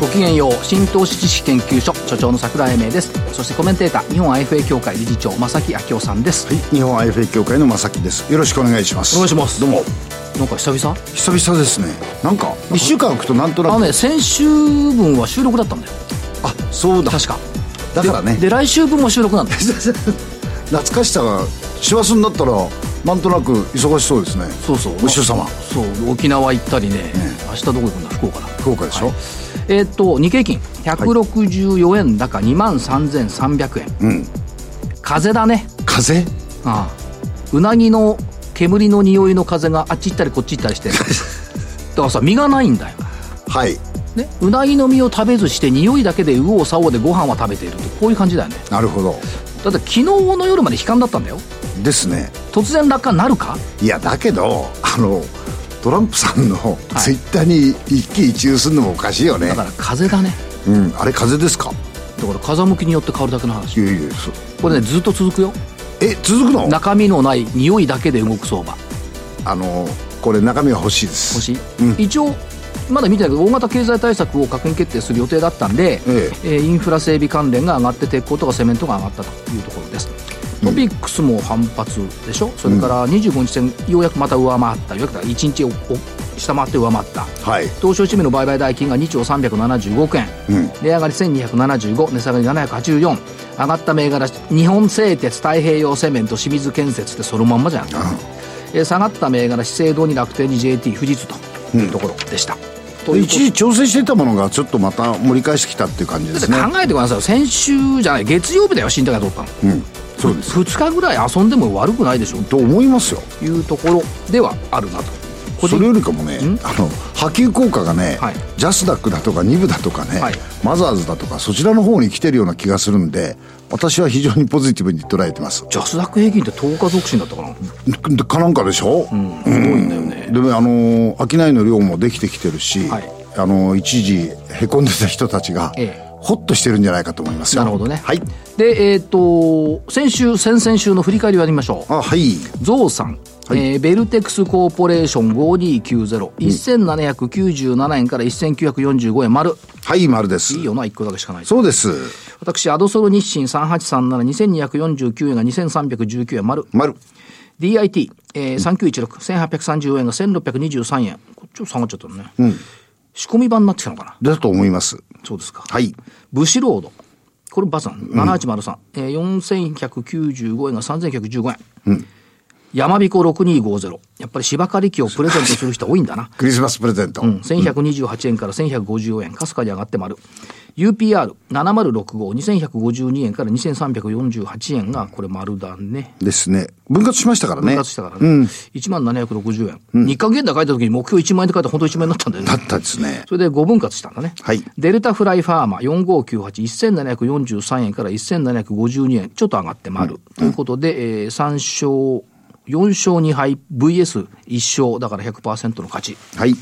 ごきげんよう新投資知識研究所所長の桜井英明ですそしてコメンテーター日本 IFA 協会理事長正木昭夫さんですはい、日本 IFA 協会の正木です。よろしくお願いします。お願いしますどうも。なんか久々久々ですね。なんか一週間空くとなんとなあのく。ね先週分は収録だったんだよあ、そうだ。確かだからねで。で来週分も収録なんだ懐かしさが師走になったらなんとなく忙しそうですね。 そうそうお師匠様。そう沖縄行ったりね、明日どこ行くんだ福岡だ福岡でしょ。えーっと日経金164円高2万3300円、うん。風だね風邪。ああうなぎの煙の匂いの風があっち行ったりこっち行ったりしてだからさ身がないんだよ、はい。ね、うなぎの身を食べずして匂いだけで右往左往でご飯は食べているとこういう感じだよねなるほど。だって昨日の夜まで悲観だったんだよですね。突然落下なるかいやだけどあのトランプさんのツイッターに一喜一憂するのもおかしいよねだ。から風だねうん。あれ風邪ですか。だから風向きによって変わるだけのい話やいやそう。これねずっと続くよえ続くの？中身のない匂いだけで動く相場あのこれ中身は欲しいです。星、うん一応まだ見てないけど大型経済対策を閣議決定する予定だったんで、ええーインフラ整備関連が上がって鉄鋼とかセメントが上がったというところですトピックスも反発でしょ、それから25日線ようやくまた上回ったようやくだ1日をお下回って上回ったはい。東証一部の売買代金が2兆375億円、うん値上がり1275値下がり784上がった銘柄日本製鉄太平洋セメント清水建設ってそのまんまじゃん、えー下がった銘柄資生堂に楽天に JT 富士通というところでした、ということ一時調整していたものがちょっとまた盛り返してきたっていう感じでだっすてね考えてくださいよ先週じゃない月曜日だよ新高が取ったのうんそうです2日ぐらい遊んでも悪くないでしょと思いますよというところではあるなと個人それよりかもねあの波及効果がね、はいジャスダックだとかニブだとかね、はいマザーズだとかそちらの方に来てるような気がするんで私は非常にポジティブに捉えてますジャスダック平均って10日続伸だったかなでかなんかでしょ、すごいんだよねでもあの商いの量もできてきてるし、はいあの一時へこんでた人たちが、ええホッとしてるんじゃないかと思いますよなるほどねはいでえっ、と先週先々週の振り返りをやりましょうあはいゾウさん、えーベルテックスコーポレーション5290、1797円から1945円丸はい丸ですいいよな1個だけしかないそうです私アドソロ日清38372249円が2319円丸丸 DIT、えー、3916,1830円が1623円。こっちを下がっちゃったのね。うん。仕込み版になってきたのかなだと思いますそうですか。はい。ブシロード。これバツなの。7803。えー、4195円が3115円。うん。やまびこ6250。やっぱり芝刈り機をプレゼントする人多いんだな。クリスマスプレゼント、うん、1128円から1154円、かすかに上がって丸。UPR7065、2152円から2348円が、これ丸だね。ですね分割しましたからね分割したからね。1万760円。日韓現代書いた時に目標1万円で書いたら本当1万円になったんだよねだ。ったですねそれで5分割したんだね。はいデルタフライファーマ4598、1743円から1752円、ちょっと上がって丸。ということで、えー、3勝、4勝2敗、VS1 勝、だから100%の勝ち。はい。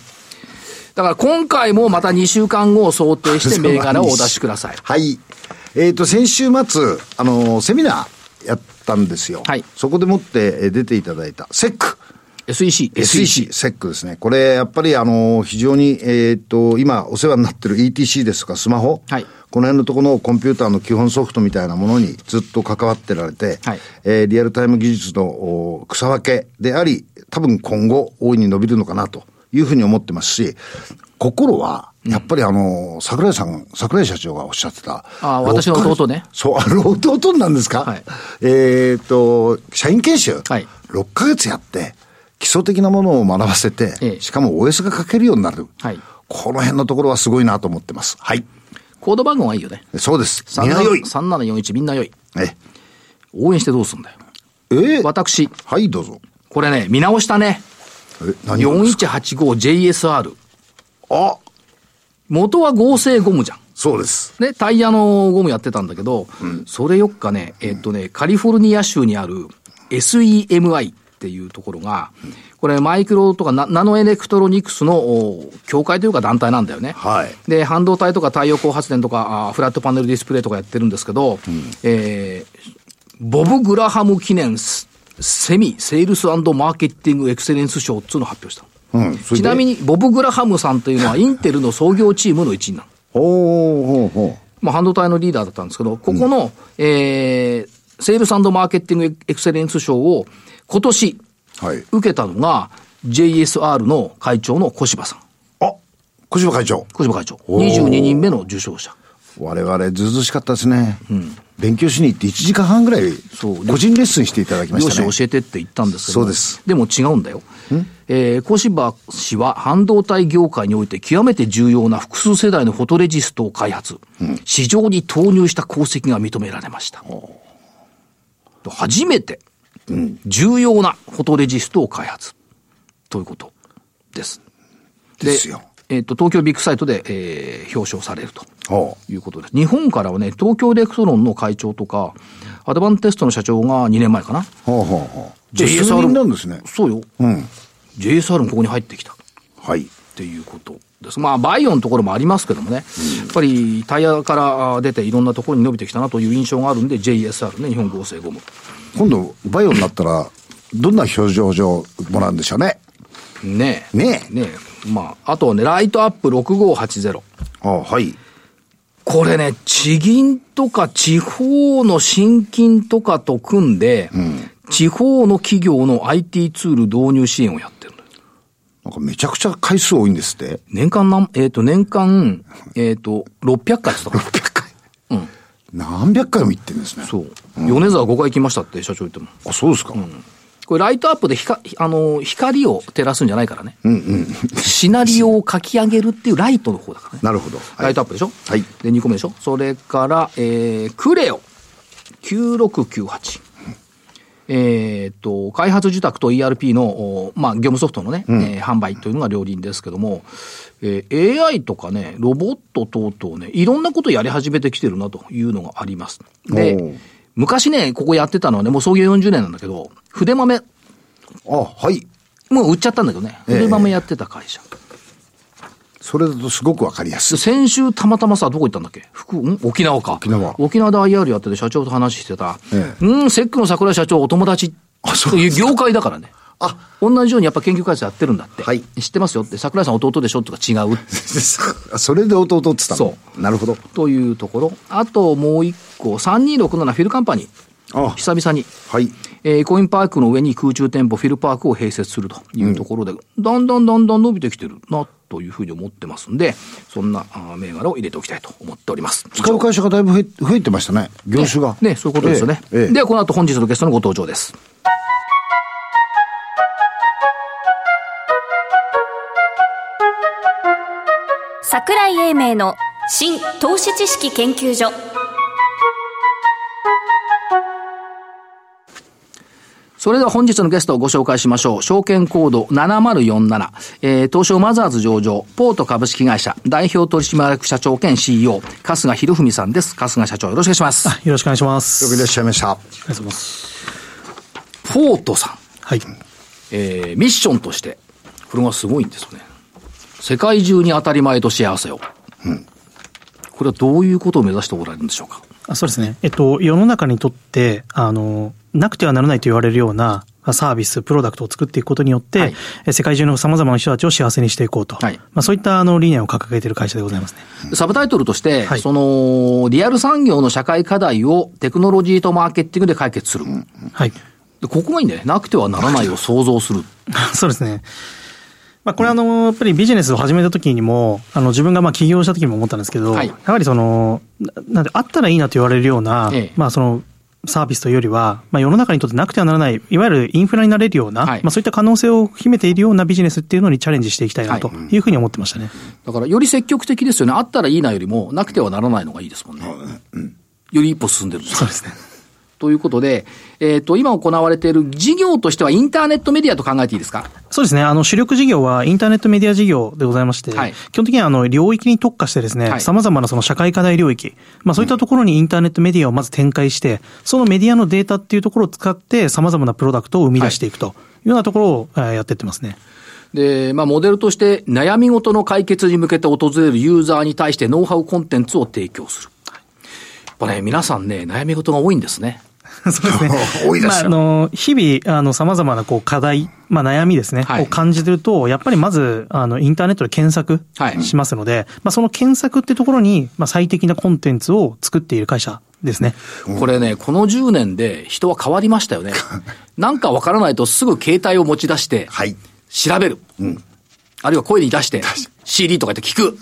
だから今回もまた2週間後を想定して銘柄をお出しくださいはいえっ、と先週末あのーセミナーやったんですよはいそこでもってえー出ていただいたセック SEC。 SEC、セックですね。これ、やっぱり、あのー、非常に、えっ、と、今、お世話になってる ETC ですとか、スマホ。はいこの辺のところのコンピューターの基本ソフトみたいなものにずっと関わってられて、はいえーリアルタイム技術のお草分けであり、多分今後、大いに伸びるのかなというふうに思ってますし、心は、やっぱりあのー、桜井さん、桜井社長がおっしゃってた。あー私の弟ねそう、あの、弟なんですかはいえっと、社員研修。はい6ヶ月やって、基礎的なものを学ばせて、ええしかも OS が書けるようになる。はいこの辺のところはすごいなと思ってます。はい。コード番号がいいよね。そうです。みんな良い。 3741みんな良い。え、応援してどうすんだよ。え私、はい、どうぞ。これね、見直したね。え、何をですか 4185JSR。あ、元は合成ゴムじゃん。そうです。ね、タイヤのゴムやってたんだけど、それよっかね、えっとね、カリフォルニア州にある SEMI、っていうところが、これ、マイクロとかナナノエレクトロニクスのお協会というか団体なんだよね。はいで、半導体とか太陽光発電とか、あフラットパネルディスプレイとかやってるんですけど、えーボブ・グラハム記念スセミ・セールスマーケティング・エクセレンス賞っていうのを発表したの。うん、それちでなみに、ボブ・グラハムさんというのは、インテルの創業チームの一員なの。ほうほうほまあ、半導体のリーダーだったんですけど、ここの、えーセールスマーケティングエクセレンス賞を今年うはい受けたのが JSR の会長の小柴さん。あ小島会長小柴会長。おー22人目の受賞者。我々ずうずうしかったですね、勉強しに行って1時間半ぐらい個人レッスンしていただきまし両たね親教えてって言ったんですけど、そうですも違うんだよ。えー小柴氏は半導体業界において極めて重要な複数世代のフォトレジストを開発、市場に投入した功績が認められました。初めて、重要なフォトレジストを開発、ということです。ですよえっ、と、東京ビッグサイトで、えー表彰されると。ほういうことです。日本からはね、東京エレクトロンの会長とか、アドバンテストの社長が2年前かな。ほうほうほうじゃあ数人なんですねそうよ。うん JSR もここに入ってきたっはいていうことです。まあ、バイオのところもありますけどもね、やっぱりタイヤから出ていろんなところに伸びてきたなという印象があるんで、JSR ね、日本合成ゴム。今度バイオになったらどんな表情上もらうんでしょうねねえ。ねえねえ。まあ、あとね、ライトアップ6580。あはいこれね、地銀とか地方の新金とかと組んで、地方の企業の IT ツール導入支援をやってるのよなんかめちゃくちゃ回数多いんですって年間なん、えっ、と、年間、えっ、と、600回って言ってた。 600回何百回も行ってるんですねそう。米沢5回行きましたって社長言っても。あそうですか、これライトアップでひかあのー光を照らすんじゃないからね。シナリオを書き上げるっていうライトの方だからね。なるほど、はいライトアップでしょはいで、2個目でしょそれから、えー、クレオ9698。えーっと、開発受託と ERP の、おまあ、業務ソフトのね、えー販売というのが両輪ですけども、えー AI とかね、ロボット等々ね、いろんなことやり始めてきてるなというのがあります。おうで、昔ね、ここやってたのはね、もう創業40年なんだけど、筆豆、あはいもう売っちゃったんだけどね、ええ筆豆やってた会社。それだとすごくわかりやすでい先週たまたまさ、どこ行ったんだっけ福、ん沖縄か。沖縄で IR やってて社長と話してた。ええうん、セックの桜井社長お友達あそうという業界だからね。あ同じようにやっぱ研究開発やってるんだって。はい知ってますよって、桜井さん弟でしょとか違う。それで弟って言ったのそなるほどというところ。あともう一個、3267フィルカンパニー。あ久々に。はいえーコインパークの上に空中店舗フィルパークを併設するというところで、だんだんだんだん伸びてきてるなというふうに思ってますんで、そんなあー銘柄を入れておきたいと思っております。使う会社がだいぶ増え増えてましたね業種がね、そういうことですよね。ええええでは、この後本日のゲストのご登場です。桜井英明の新投資知識研究所それでは本日のゲストをご紹介しましょう。証券コード7047、えー、東証マザーズ上場、ポート株式会社、代表取締役社長兼 CEO、春日博文さんです。春日社長、よろしくお願いします。あよろしくお願いします。よくいらっしゃいました。お願いします。ポートさん、はい。えー、ミッションとして、これがすごいんですよね。世界中に当たり前と幸せを。これはどういうことを目指しておられるんでしょうか。あそうですね。えっと、世の中にとって、あの、なくてはならないと言われるようなまあサービス、プロダクトを作っていくことによって、はいえ世界中の様々な人たちを幸せにしていこうと。はいまあ、そういったあの理念を掲げている会社でございますね。サブタイトルとして、はいその、リアル産業の社会課題をテクノロジーとマーケティングで解決する。はい。でここがいいんだよね。なくてはならないを想像する。 そうですね。まあ、これあの、やっぱりビジネスを始めた時にも、あの、自分がまあ起業した時にも思ったんですけど、はいやはりその、ななんで、あったらいいなと言われるような、ええまあ、その、サービスというよりは、まあ、世の中にとってなくてはならない、いわゆるインフラになれるような、はいまあ、そういった可能性を秘めているようなビジネスっていうのにチャレンジしていきたいはないというふうに思ってましたね。だから、より積極的ですよね。あったらいいなよりも、なくてはならないのがいいですもんね。より一歩進んでるんですそうよですね。ということで、えっ、と、今行われている事業としてはインターネットメディアと考えていいですかそうですね。あの、主力事業はインターネットメディア事業でございまして、はい基本的にはあの、領域に特化してですね、はい様々なその社会課題領域、まあそういったところにインターネットメディアをまず展開して、そのメディアのデータっていうところを使って様々なプロダクトを生み出していくというようなところをえーやってってますね。 で、まあ、モデルとして悩み事の解決に向けて訪れるユーザーに対してノウハウコンテンツを提供する。やっぱね、皆さんね、悩み事が多いんですね。そ うですね多いですよまあ、あの、日々、あの、様々な、こう、課題、まあ、悩みですね、はいを感じてると、やっぱりまず、あの、インターネットで検索はいしますので、まあ、その検索ってところに、まあ、最適なコンテンツを作っている会社ですね。これね、この10年で人は変わりましたよね。なんかわからないとすぐ携帯を持ち出して、はい。調べる。あるいは声に出して、CD とか言って聞く。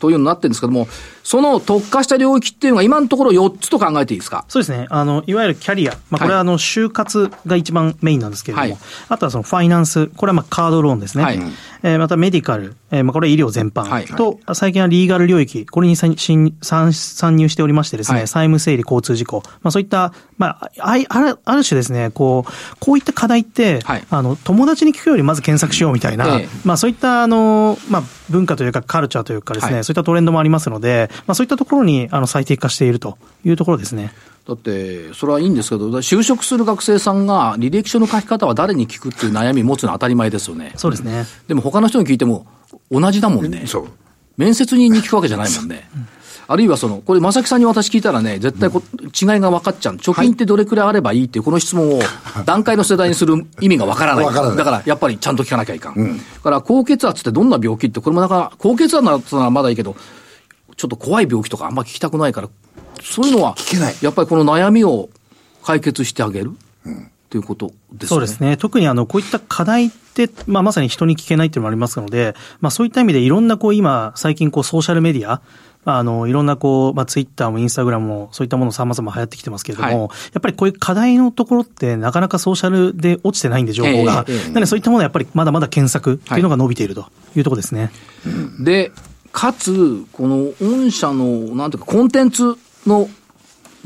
というのになってるんですけども、その特化した領域っていうのが今のところ4つと考えていいですかそうですね。あの、いわゆるキャリア。まあ、こはいれはあの、就活が一番メインなんですけれども、はいあとはそのファイナンス。これはまあ、カードローンですね。はいえーまたメディカル。えーまあ、これは医療全般。はいと、最近はリーガル領域。これに参参参参入しておりましてですね、はい債務整理、交通事故。まあ、そういった、まあ、あいあるある種ですね、こう、こういった課題って、はいあの、友達に聞くよりまず検索しようみたいな、ええまあ、そういった、あの、まあ、文化というか、カルチャーというかですね、はいそういったトレンドもありますので、まあ、そういったところに、あの、最適化しているというところですね。だって、それはいいんですけど、就職する学生さんが履歴書の書き方は誰に聞くっていう悩み持つのは当たり前ですよね。そうですね。でも他の人に聞いても同じだもんね。そう。面接に聞くわけじゃないもんね。あるいはその、これ、正木さんに私聞いたらね、絶対こ、違いが分かっちゃう。貯金ってどれくらいあればいいっていう、この質問を段階の世代にする意味が分からない。分からないだから、やっぱりちゃんと聞かなきゃいかん。だから、高血圧ってどんな病気って、これもなかなか、高血圧ならまだいいけど、ちょっと怖い病気とかあんま聞きたくないから、そういうのは、けないやっぱりこの悩みを解決してあげる、ということですね。そうですね。特にあの、こういった課題って、まあまさに人に聞けないっていうのもありますので、まあそういった意味でいろんなこう今、最近こうソーシャルメディア、あの、いろんなこう、まあツイッターもインスタグラムもそういったもの様々流行ってきてますけれども、はいやっぱりこういう課題のところってなかなかソーシャルで落ちてないんで情報が。ええええなのでそういったものはやっぱりまだまだ検索っていうのが伸びているというところですね。で、かつ、この御社の、なんていうか、コンテンツの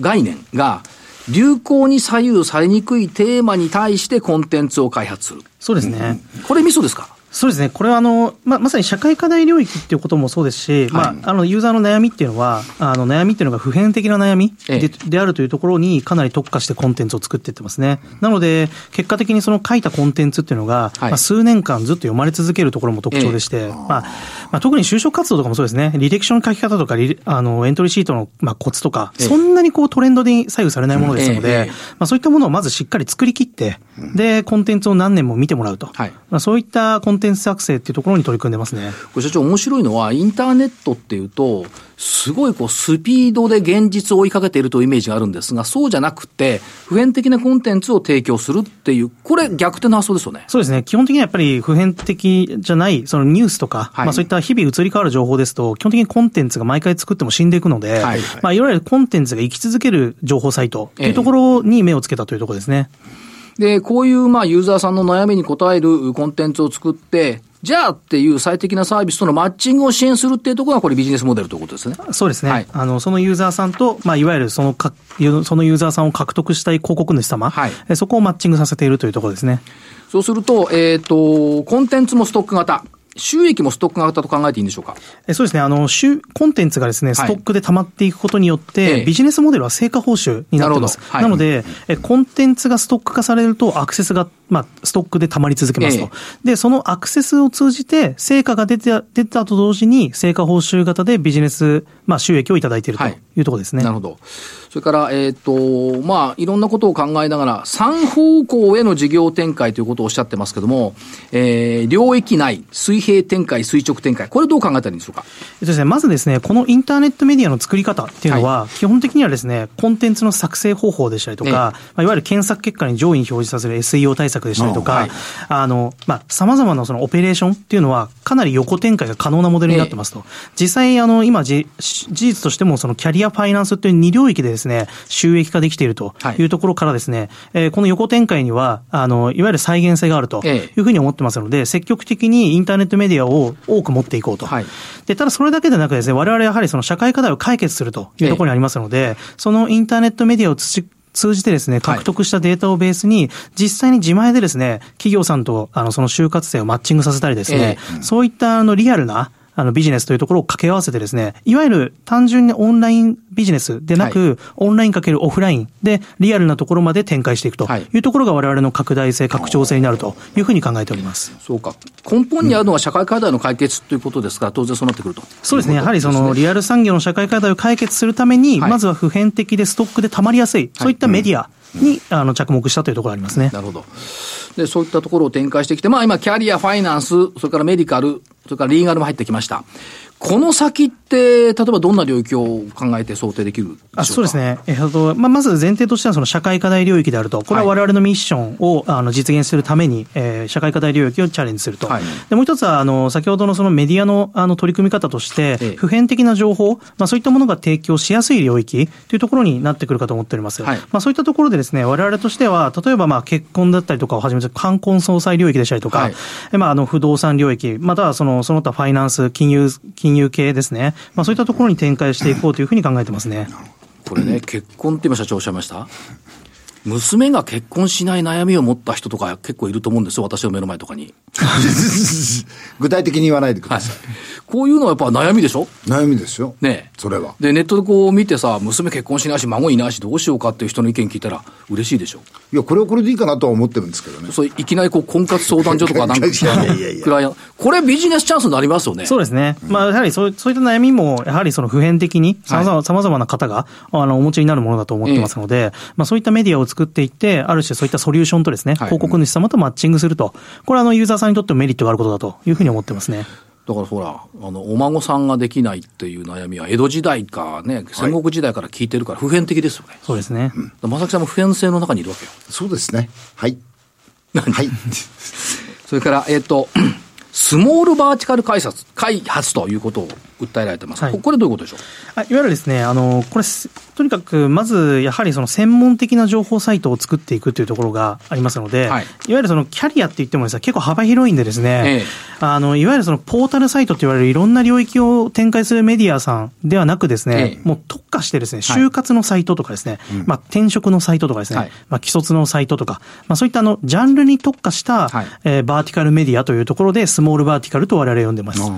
概念が、流行に左右されにくいテーマに対してコンテンツを開発する。そうですね。これミソですかそうですね。これはあの、ま、まさに社会課題領域っていうこともそうですし、はいまあ、あの、ユーザーの悩みっていうのは、あの、悩みっていうのが普遍的な悩みで,、ええであるというところにかなり特化してコンテンツを作っていってますね。なので、結果的にその書いたコンテンツっていうのが、はいまあ、数年間ずっと読まれ続けるところも特徴でして、まあ、まあ、特に就職活動とかもそうですね。履歴書の書き方とか、リレあの、エントリーシートの、まあ、コツとか、ええそんなにこうトレンドに左右されないものですので、ええええまあ、そういったものをまずしっかり作り切って、で、コンテンツを何年も見てもらうと。はいまあ、そういったコンテンツ作成っていうところに取り組んでますね。これ社長面白いのは、インターネットっていうと、すごいこうスピードで現実を追いかけているというイメージがあるんですが、そうじゃなくて、普遍的なコンテンツを提供するっていう、これ逆転の発想ですよね。そうですね。基本的にはやっぱり普遍的じゃない、そのニュースとか、はいまあそういった日々移り変わる情報ですと、基本的にコンテンツが毎回作っても死んでいくので、はいい、まあいわゆるコンテンツが生き続ける情報サイトっていうところに目をつけたというところですね。で、こういう、まあ、ユーザーさんの悩みに応えるコンテンツを作って、じゃあっていう最適なサービスとのマッチングを支援するっていうところが、これビジネスモデルということですね。そうですね。はいあの、そのユーザーさんと、まあ、いわゆるそのか、そのユーザーさんを獲得したい広告主様、はいえそこをマッチングさせているというところですね。そうすると、えっ、と、コンテンツもストック型、収益もストック型と考えていいんでしょうか。えそうですね。あの、週、コンテンツがですね、ストックで溜まっていくことによって、ええビジネスモデルは成果報酬になってます。なな,、るほどはいので、え、コンテンツがストック化されると、アクセスが、まあ、ストックで溜まり続けますと。えで、そのアクセスを通じて、成果が出て、出たと同時に、成果報酬型でビジネス、まあ、収益をいただいているとはいいうところですね。なるほど。それから、えっ、と、まあ、いろんなことを考えながら、3方向への事業展開ということをおっしゃってますけども、えー、領域内、水平展開、垂直展開、これどう考えたらいいんでしょうか。えっとですね、まずですね、このインターネットメディアの作り方っていうのは、基本的にはですね、コンテンツの作成方法でしたりとか、ええまあ、いわゆる検索結果に上位に表示させる SEO 対策でしたりとか、はいあの、まあ、様々なそのオペレーションっていうのは、かなり横展開が可能なモデルになってますと。実際、あの、今じ、事実としても、そのキャリアファイナンスという2領域でですね、収益化できているとはいいうところからですね、えーこの横展開には、あの、いわゆる再現性があるとええいうふうに思ってますので、積極的にインターネットメディアを多く持っていこうと。はいで、ただそれだけでなくですね、我々はやはりその社会課題を解決するというところにありますので、そのインターネットメディアをつち通じてですね、はい獲得したデータをベースに、実際に自前でですね、企業さんと、あの、その就活生をマッチングさせたりですね、そういった、あの、リアルな、あの、ビジネスというところを掛け合わせてですね、いわゆる単純にオンラインビジネスでなく、オンラインかけるオフラインで、リアルなところまで展開していくとはいいうところが我々の拡大性、拡張性になるというふうに考えております。そうか。根本にあるのは社会課題の解決ということですから、当然そうなってくると。そうですね。やはりそのリアル産業の社会課題を解決するために、はいまずは普遍的でストックで溜まりやすい、そういったメディアに、あの着目したというところがありますね。なるほど。で、そういったところを展開してきて、まあ今、キャリア、ファイナンス、それからメディカル、それからリーガルも入ってきました。この先って、例えばどんな領域を考えて想定できるでしょうかあそうです。ね。えっと、まあ、まず前提としてはその社会課題領域であると。これははい我々のミッションを、あの、実現するために、えー社会課題領域をチャレンジすると。はいで、もう一つは、あの、先ほどのそのメディアの、あの、取り組み方としてええ、普遍的な情報、まあ、そういったものが提供しやすい領域というところになってくるかと思っております。はいまあ、そういったところでですね、我々としては、例えば、まあ、結婚だったりとかをはじめとする冠婚葬祭領域でしたりとか、はいえまあ、あの、不動産領域、またはその、その他ファイナンス、金融、金融系ですね。まあ、そういったところに展開していこうというふうに考えてますね。これね、結婚って今社長おっしゃいました娘が結婚しない悩みを持った人とか結構いると思うんですよ、私の目の前とかに。 具体的に言わないでください。こういうのはやっぱ悩みでしょ悩みですよ。ねえそれは。で、ネットでこう見てさ、娘結婚しないし、孫いないし、どうしようかっていう人の意見聞いたら嬉しいでしょいや、これはこれでいいかなとは思ってるんですけどね。そういきなりこう婚活相談所とかなんか いやいやいやいやクライアントこれビジネスチャンスになりますよね。 そうですね。まあ、やはりそう、そういった悩みも、やはりその普遍的に、さまざま、様々な方が、あの、お持ちになるものだと思ってますので、まあ、そういったメディアを作っていって、ある種そういったソリューションとですね、はい広告主様とマッチングすると。これは、あの、ユーザーさんにとってもメリットがあることだというふうに思ってますね。だからほら、あの、お孫さんができないっていう悩みは、江戸時代かね、戦国時代から聞いてるから普遍的ですよね。そうですね。まさきさんも普遍性の中にいるわけよ。そうですね。はい。はい。それから、えっ、と、 スモールバーチカル開発、開発ということを訴えられてます。はいこれどういうことでしょうあいわゆるですね、あの、これす、とにかく、まず、やはりその専門的な情報サイトを作っていくというところがありますのはで、いい、わゆるそのキャリアって言ってもですね、結構幅広いんでですえね、えあの、いわゆるそのポータルサイトと言われるいろんな領域を展開するメディアさんではなくですね、ええもう特化してですね、はい就活のサイトとかですね、まあ、転職のサイトとかですね、はいまあ、既卒のサイトとか、まあ、そういったあの、ジャンルに特化した、はいえーバーティカルメディアというところで、スモールバーティカルと我々呼んでます。だか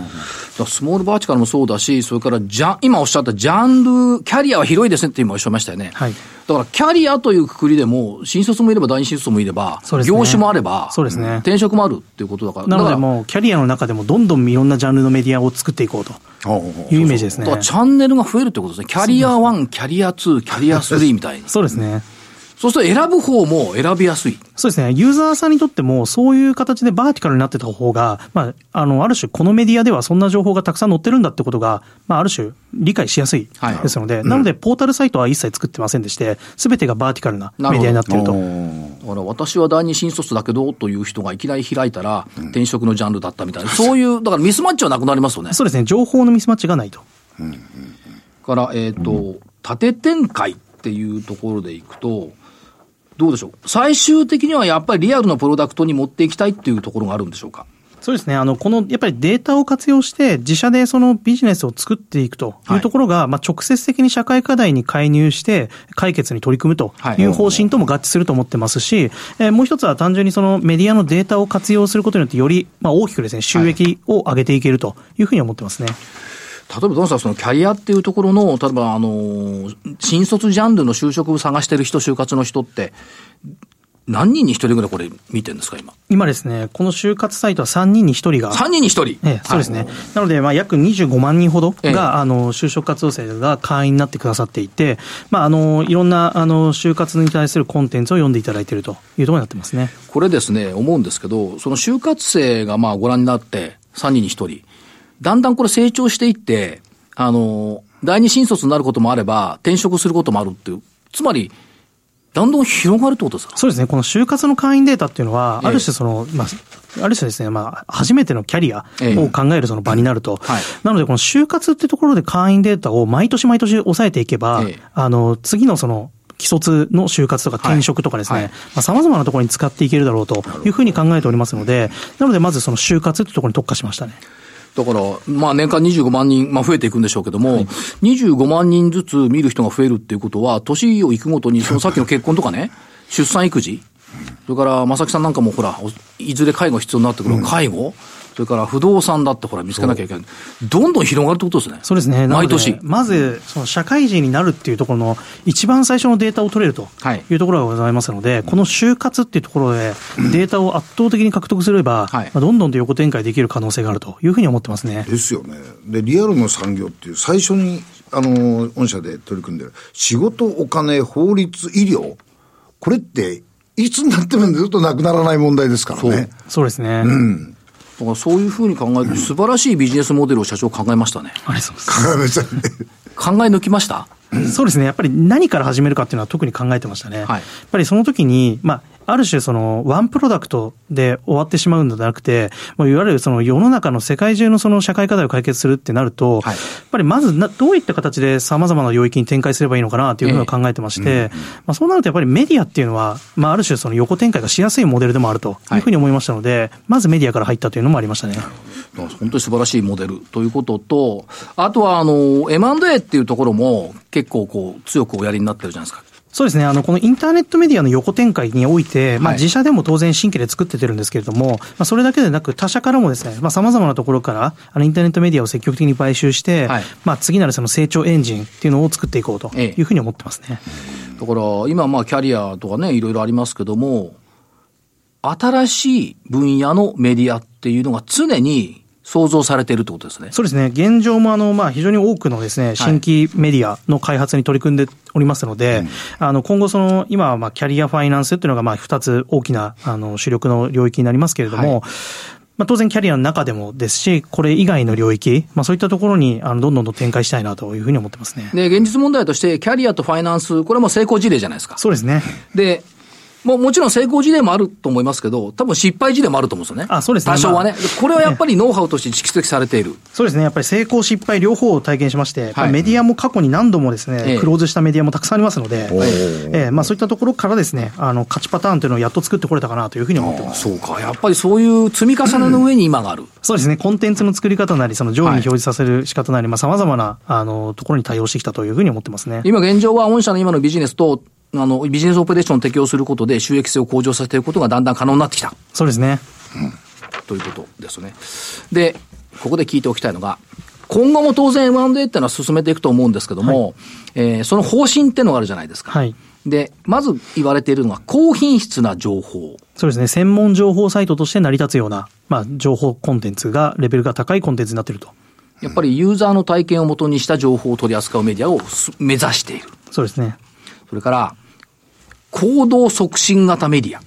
らスモールバーチカルもそうだし、それからジャン、今おっしゃったジャンル、キャリアは広いですねって今おっしゃいましたよね。はいだからキャリアというくくりでも、新卒もいれば第二新卒もいれば、そうですね業種もあれば、そうですね転職もあるっていうことだから。なのだかでらもうキャリアの中でもどんどんいろんなジャンルのメディアを作っていこうとおうおういうイメージですだねか。らチャンネルが増えるってことですね。キャリア1、キャリア2、キャリア3みたいに。そうですね。そうすると選ぶ方も選びやすい。そうですね。ユーザーさんにとっても、そういう形でバーティカルになってた方が、まあ、あの、ある種、このメディアではそんな情報がたくさん載ってるんだってことが、まあ、ある種、理解しやすいはいですので、なので、ポータルサイトは一切作ってませんでして、すべてがバーティカルなメディアになってると。だから私は第二新卒だけどという人がいきなり開いたら、転職のジャンルだったみたいな、そういう、だからミスマッチはなくなりますよね。そうですね。情報のミスマッチがないと。から、えっ、と、縦展開っていうところでいくと、どうでしょう。最終的にはやっぱりリアルのプロダクトに持っていきたいっていうところがあるんでしょうか。そうですね。あの、この、やっぱりデータを活用して、自社でそのビジネスを作っていくとはいいうところが、まあ、直接的に社会課題に介入して、解決に取り組むという方針とも合致すると思ってますし、えーもう一つは単純にそのメディアのデータを活用することによって、より、まあ、大きくですね、収益を上げていけるというふうに思ってますね。例えば、どうしたそのキャリアっていうところの、例えば、あのー新卒ジャンルの就職を探してる人、就活の人って、何人に一人ぐらいこれ見てるんですか、今。今ですね、この就活サイトは3人に1人が、 3人に一人。ええ、そうですね。はいなので、まあ、約25万人ほどが、ええあの、就職活動生が会員になってくださっていて、まあ、あの、いろんな、あの、就活に対するコンテンツを読んでいただいているというところになってますね。これですね、思うんですけど、その就活生がまあご覧になって、3人に1人。だんだんこれ成長していって、あの、第二新卒になることもあれば、転職することもあるっていう。つまり、だんだん広がるってことですかそうですね。この就活の会員データっていうのは、ええある種その、まあ、ある種ですね、まあ、初めてのキャリアええを考えるその場になると。はいなので、この就活ってところで会員データを毎年毎年抑えていけば、ええあの、次のその、既卒の就活とか転職とかですはいねはい、まあ様々なところに使っていけるだろうというふうに考えておりますので、なのでまずその就活ってところに特化しましたね。だから、まあ年間25万人、まあ増えていくんでしょうけども、25万人ずつ見る人が増えるっていうことは、年をいくごとに、 そのさっきの結婚とかね、出産育児、それから正木さんなんかもほら、おいずれ介護必要になってくる、介護、それから不動産だってほら見つけなきゃいけない。どんどん広がるってことですね。そうですね。なので毎年。まず、その社会人になるっていうところの一番最初のデータを取れるとはいいうところがございますので、この就活っていうところでデータを圧倒的に獲得すれば、はいまあどんどんと横展開できる可能性があるというふうに思ってますね。ですよね。で、リアルの産業っていう最初に、あの、御社で取り組んでる、仕事、お金、法律、医療、これって、いつになってもずっとなくならない問題ですからね。そうですね。だからそういうふうに考えると、素晴らしいビジネスモデルを社長考えましたね。ありがとうございます。 高めさん考ね。え抜きましたそうですね。やっぱり何から始めるかっていうのは特に考えてましたね。はいやっぱりその時に、まあ、ある種そのワンプロダクトで終わってしまうんじゃなくて、もういわゆるその世の中の世界中のその社会課題を解決するってなると、はいやっぱりまずなどういった形で様々な領域に展開すればいいのかなというふうに考えてまして、まあ、そうなるとやっぱりメディアっていうのは、まあ、ある種その横展開がしやすいモデルでもあるというふうに思いましたので、まずメディアから入ったというのもありましたね。本当に素晴らしいモデルということと、あとはあの、M&A っていうところも結構こう、強くおやりになってるじゃないですか。そうですね。あの、このインターネットメディアの横展開において、まあ、はい自社でも当然新規で作っててるんですけれども、まあ、それだけでなく、他社からもですね、まあ、様々なところから、あの、インターネットメディアを積極的に買収して、はいまあ、次なるその成長エンジンっていうのを作っていこうとええいうふうに思ってますね。だから、今まあ、キャリアとかね、いろいろありますけども、新しい分野のメディアっていうのが常に想像されているってことですね。そうですね。現状もあの、まあ、非常に多くのですね、新規メディアの開発に取り組んでおりますので、あの、今後その、今はまあ、キャリアファイナンスっていうのが、まあ、二つ大きな、あの、主力の領域になりますけれども、まあ、当然キャリアの中でもですし、これ以外の領域、まあ、そういったところに、あの、どんどんと展開したいなというふうに思ってますね。で、現実問題として、キャリアとファイナンス、これはもう成功事例じゃないですか。そうですね。で、もうもちろん成功事例もあると思いますけど、多分失敗事例もあると思うんですよね。あそうですね多少はね。までこれはやっぱりノウハウとして蓄積されている。そうですね。やっぱり成功失敗両方を体験しまして、はいメディアも過去に何度もですね、ええクローズしたメディアもたくさんありますので、おーええまあそういったところからですね、あの、勝ちパターンというのをやっと作ってこれたかなというふうに思ってます。そうか。やっぱりそういう積み重ねの上に今がある。そうですね、コンテンツの作り方なり、その上位に表示させる仕方なり、まあ、様々な、あの、ところに対応してきたというふうに思ってますね。今現状は御社の今のビジネスと、あの、ビジネスオペレーションを適用することで収益性を向上させていることがだんだん可能になってきた。そうですね。ということですね。で、ここで聞いておきたいのが、今後も当然 M&A っていうのは進めていくと思うんですけども、えーその方針っていうのがあるじゃないですか。はい。で、まず言われているのが、高品質な情報。そうですね、専門情報サイトとして成り立つような、まあ、情報コンテンツが、レベルが高いコンテンツになっていると。やっぱりユーザーの体験をもとにした情報を取り扱うメディアをす目指している。そうですね。それから、行動促進型メディア。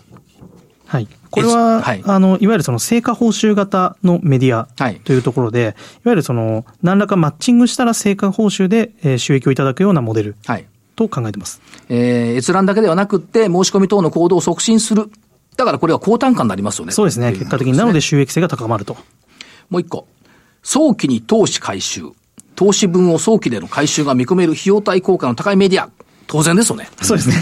はい。これは、はいあの、いわゆるその成果報酬型のメディアはいというところで、い、わゆるその、何らかマッチングしたら成果報酬で、えー収益をいただくようなモデルはい。と考えてます。えー閲覧だけではなくって、申し込み等の行動を促進する。だからこれは高単価になりますよね。そうですね、結果的に。なので収益性が高まると。もう一個。早期に投資回収。投資分を早期での回収が見込める費用対効果の高いメディア。当然ですよね。そうですね。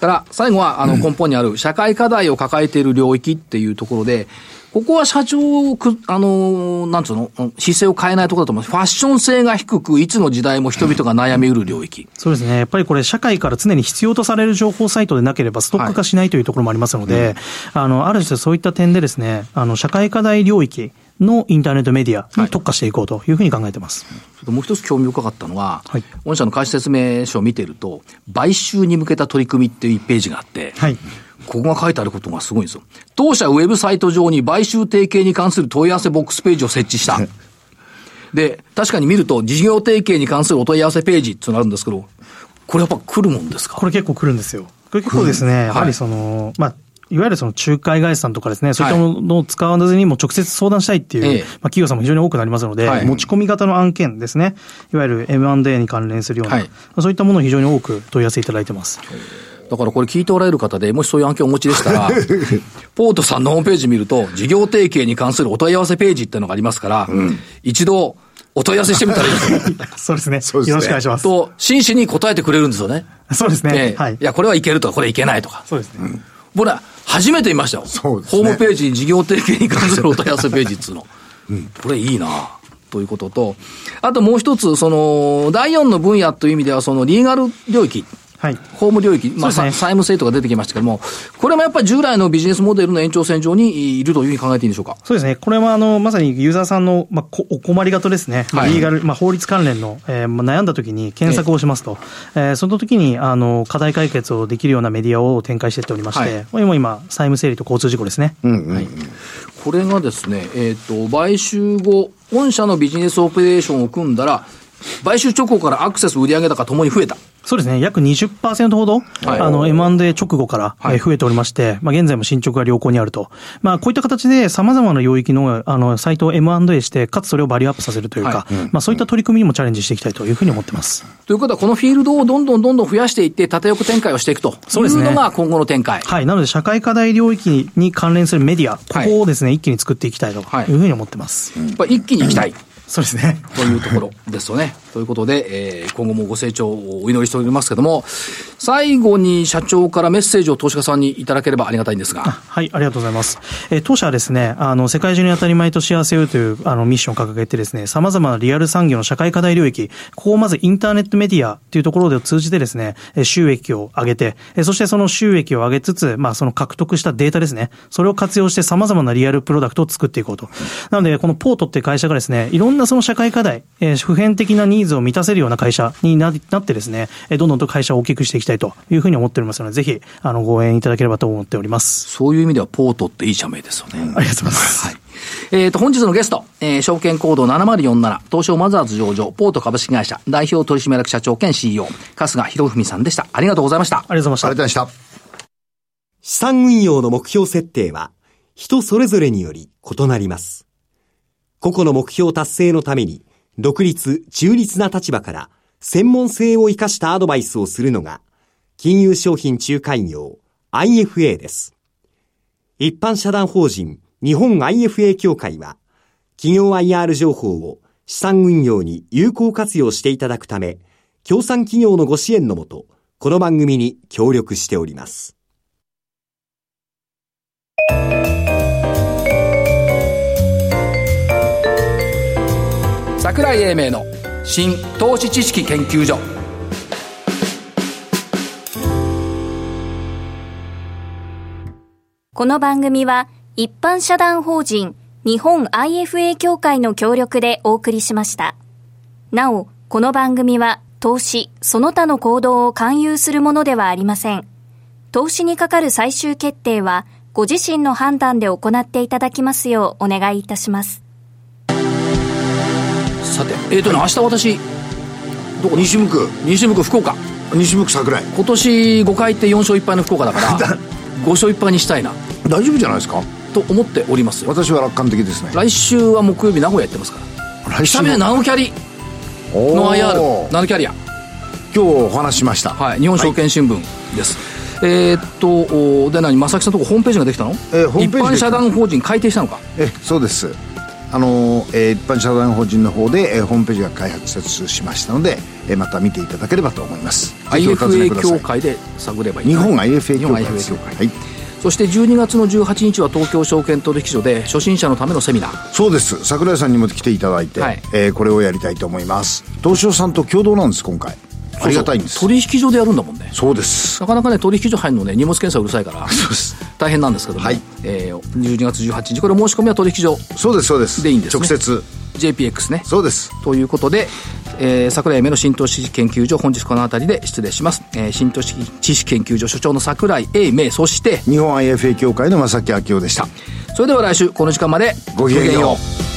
から、最後は、あの、根本にある社会課題を抱えている領域っていうところで、ここは社長をく、あの、なんつうの、姿勢を変えないところだと思います。ファッション性が低く、いつの時代も人々が悩みうる領域。そうですね。やっぱりこれ、社会から常に必要とされる情報サイトでなければ、ストック化しないというところもありますので、あの、ある種そういった点でですね、あの、社会課題領域のインターネットメディアに特化していこうというふうに考えてまちす。ょっともう一つ興味深かったのは、はい御社の会社説明書を見てると、買収に向けた取り組みっていう1ページがあって、はいここが書いてあることがすごいんですよ。当社ウェブサイト上に買収提携に関する問い合わせボックスページを設置した。で、確かに見ると、事業提携に関するお問い合わせページっていうのがあるんですけど、これやっぱ来るもんですかこれ結構来るんですよ。これ結構ですね、やはりその、まあ、いわゆるその仲介会社さんとかですね、そういったものを使わずにもう直接相談したいっていう、ええまあ、企業さんも非常に多くなりますので、はい持ち込み型の案件ですね、いわゆる M&A に関連するような、はいそういったものを非常に多く問い合わせいただいてます。だからこれ聞いておられる方で、もしそういう案件をお持ちでしたら、ポートさんのホームページ見ると、事業提携に関するお問い合わせページっていうのがありますから、一度、お問い合わせしてみたらいいですよ。 そうですね。そうですねよろしくお願いします。と、真摯に答えてくれるんですよね。 そうですね。ええはいい。や、これはいけるとか、これいけないとか。そうですね。僕ら、初めて見ましたよ。そうですねホームページに事業提携に関するお問い合わせページっつうの。これいいなということと、あともう一つ、その、第4の分野という意味では、その、リーガル領域。はい。法務領域、まあ、そ債うですね務制度が出てきましたけども、これもやっぱり従来のビジネスモデルの延長線上にいるというふうに考えていいんでしょうか。そうですね。これは、あの、まさにユーザーさんの、まあ、こお困りがとですね。まあはいリーガル、まあ、法律関連の、えーまあ、悩んだ時に検索をしますと、えーその時に、あの、課題解決をできるようなメディアを展開していっておりまして、はいこれも今、債務整理と交通事故ですね。うんうん。これがですね、えっ、と、買収後、本社のビジネスオペレーションを組んだら、買収直後からアクセス、売上高ともに増えた。そうですね。約20%ほど、はいあの、M&A 直後から、はいえー増えておりまして、まあ、現在も進捗が良好にあると。まあ、こういった形で様々な領域の、あの、サイトを M&A して、かつそれをバリューアップさせるというはか、いまあ、そういった取り組みにもチャレンジしていきたいというふうに思ってます。ということは、このフィールドをどんどんどんどん増やしていって、縦横展開をしていくとそういですうねのが今後の展開。はい。なので、社会課題領域に関連するメディア、ここをですね、一気に作っていきたいというはいふうに思ってます。やっぱり一気に行きたい。そうですね。というところですよね。ということで、えー今後もご成長をお祈りしておりますけども、最後に社長からメッセージを投資家さんにいただければありがたいんですが、はい、ありがとうございます。えー当社はですね、あの、世界中に当たり前と幸せをという、あの、ミッションを掲げてですね、様々なリアル産業の社会課題領域、ここをまずインターネットメディアというところで通じてですね、えー収益を上げて、えーそしてその収益を上げつつ、まあ、その獲得したデータですね、それを活用して様々なリアルプロダクトを作っていこうと。なので、このポートっていう会社がですね、いろんなその社会課題、えー普遍的なニーズを満たせるような会社にななってですね、えーどんどんと会社を大きくしていきたいというふうに思っておりますので、ぜひ、あの、ご援いただければと思っております。そういう意味ではポートっていい社名ですよね。ありがとうございます。はい。えっ、と、本日のゲスト、えー証券コード7047、東証マザーズ上場、ポート株式会社、代表取締役社長兼 CEO、春日博文さんでした。ありがとうございました。ありがとうござあいりましがとうございました。資産運用の目標設定は人それぞれにより異なります。個々の目標達成のために独立、中立な立場から専門性を生かしたアドバイスをするのが金融商品仲介業 IFA です。一般社団法人日本 IFA 協会は企業 IR 情報を資産運用に有効活用していただくため、協賛企業のご支援のもと、この番組に協力しております。桜井英明の新投資知識研究所この番組は一般社団法人日本 IFA 協会の協力でお送りしました。なお、この番組は投資、その他の行動を勧誘するものではありません。投資にかかる最終決定はご自身の判断で行っていただきますようお願いいたします。さてえっ、とね明日私どこ西向く、西向く福岡西向く桜井。今年5回行って4勝1敗の福岡 だから5勝1敗にしたいな大丈夫じゃないですかと思っておりますよ私は楽観的ですね。来週は木曜日名古屋やってますから来ちなみにナノキャリのおー IR ナノキャリア今日お話ししました。はい日本証券新聞です、えーっとおーで何正木さんのとこホームページができたの、えーホームペー一ジ般社団法人改定したのかえそうですあの、えー一般社団法人の方で、えーホームページが開発しましたので、えーまた見ていただければと思いますぜひお尋ね IFA くださ協い会で探ればいい日本 IFA 協会日本 IFA です協よ会はいそして12月の18日は東京証券取引所で初心者のためのセミナーそうです桜井さんにも来ていただいて、はいえーこれをやりたいと思います東証さんと共同なんです今回ありがたいんです取引所でやるんだもんねそうですなかなかね取引所入るのね荷物検査うるさいからす大変なんですけども、はいえー12月18日これ申し込みは取引所そうですそうですでいいんですね直接 JPX ねそうですということで、えー桜井夢の新投資研究所本日この辺りで失礼します、えー新投資知識研究所所長の桜井英明そして日本 IFA 協会の正木明夫でしたそれでは来週この時間までごきげんようう